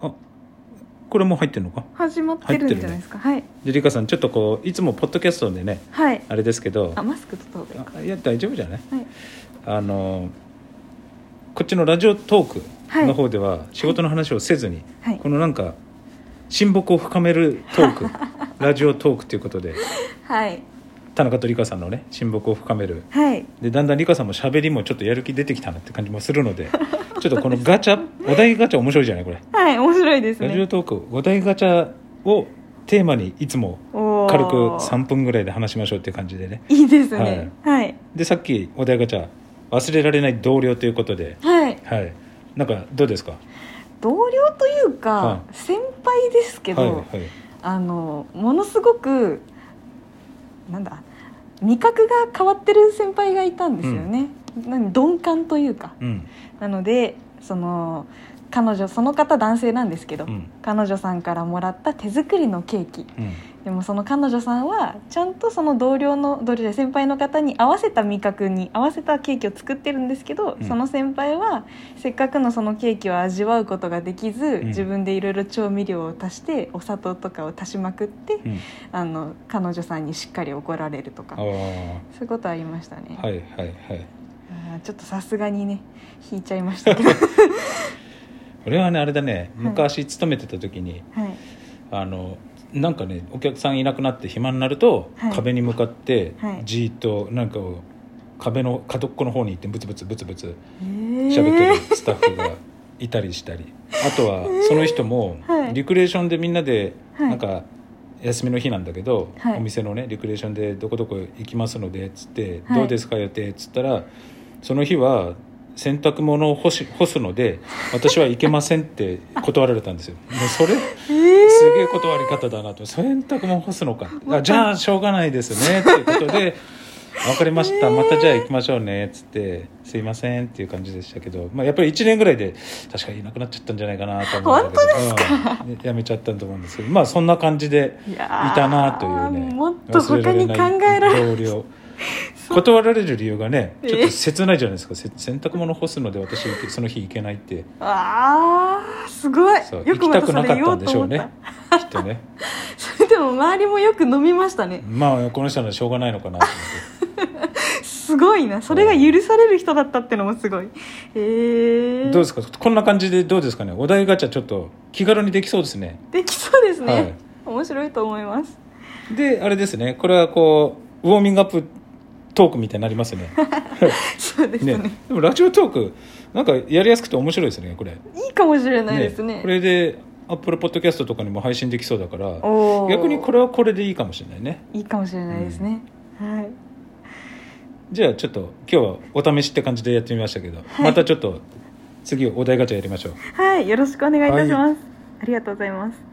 あこれもう入ってるのか始まってるんじゃないですか、はいじゃあリカさんちょっとこういつもポッドキャストでねはいあれですけどあマスク取った方がいいかあいや大丈夫じゃないはいあのこっちのラジオトーはクいの方では仕事の話をせずに、はいこのなんか親睦を深めるト ークラジオトークということではい田中と理香さんのね親睦を深めるはいでだんだん理香さんも喋りもちょっとやる気出てきたなって感じもする のでちょっとこのガチャお題ガチャ面白いじゃないこれ、はい面白いですラジオねトークお題ガチャをテーマにいつもおー軽く3分ぐらいで話しましょうっていう感じでねいいですねはいでさっきお題ガチャ忘れられない同僚ということではいはいなんかどうですか同僚というか、は先輩ですけど、はいはいあのものすごくなんだ味覚が変わってる先輩がいたんですよね、なん鈍感というかうんなのでその彼女その方男性なんですけど、うん彼女さんからもらった手作りのケーキうんでもその彼女さんはちゃんとその同僚の同僚で先輩の方に合わせた味覚に合わせたケーキを作ってるんですけど、うんその先輩はせっかくのそのケーキを味わうことができず、ん自分でいろいろ調味料を足してお砂糖とかを足しまくって、うんあの彼女さんにしっかり怒られるとかああそはういうことありましたね、いはいはいあーちょっとさすがにね引いちゃいました けどはい俺はねあれだねはい昔勤めてた時に、あのなんかねお客さんいなくなって暇になると、はい壁に向かって、はいじーっとなんかを壁の角っこの方に行ってブツブツブツブツえ喋ってー、るスタッフがいたりしたり、 あとはその人も、はいリクレーションでみんなで、はいなんか休みの日なんだけど、はいお店のねリクレーションでどこどこ行きますのでっつって、はいどうですか予定っつったらその日は洗濯物を干し干すので私は行けませんって断られたんですよ。もうそれえーすげえ断り方だなと洗濯も干すのかあじゃあしょうがないですねっていうこと で「分かりましたまたじゃあ行きましょうね」っつって「すいません」っていう感じでしたけど、まあ、やっぱり1年ぐらいで確かにいなくなっちゃったんじゃないかなと思うんだけどうんやめちゃったと思うんですけどまあそんな感じでいやいーたなというねもっと他に考えられ同 僚断られる理由がねちょっえと切ないじゃないですかせ洗濯物干すので私行けその日行けないってあーすごいそうよ行くきまたくたそなれかっ言たおうんでとしょう思ったねきっとね。それでも周りもよく飲みましたねまあこの人ならしょうがないのかなと思すごいなそれが許される人だったってのもすごいえってー、どうですかこんな感じでどうですかねお題ガチャちょっと気軽にできそうですねできそうですね、はい面白いと思いますであれですねこれはこうウォーミングアップトークみたいになりますね そうですねねでもラジオトークなんかやりやすくて面白いですねこれいいかもしれないですねこれでアップルポッドキャストとかにも配信できそうだからおー逆にこれはこれでいいかもしれないねいいかもしれないですね、はいじゃあちょっと今日はお試しって感じでやってみましたけど、はいまたちょっと次お題ガチャやりましょうはいよろしくお願いいたします、ありがとうございます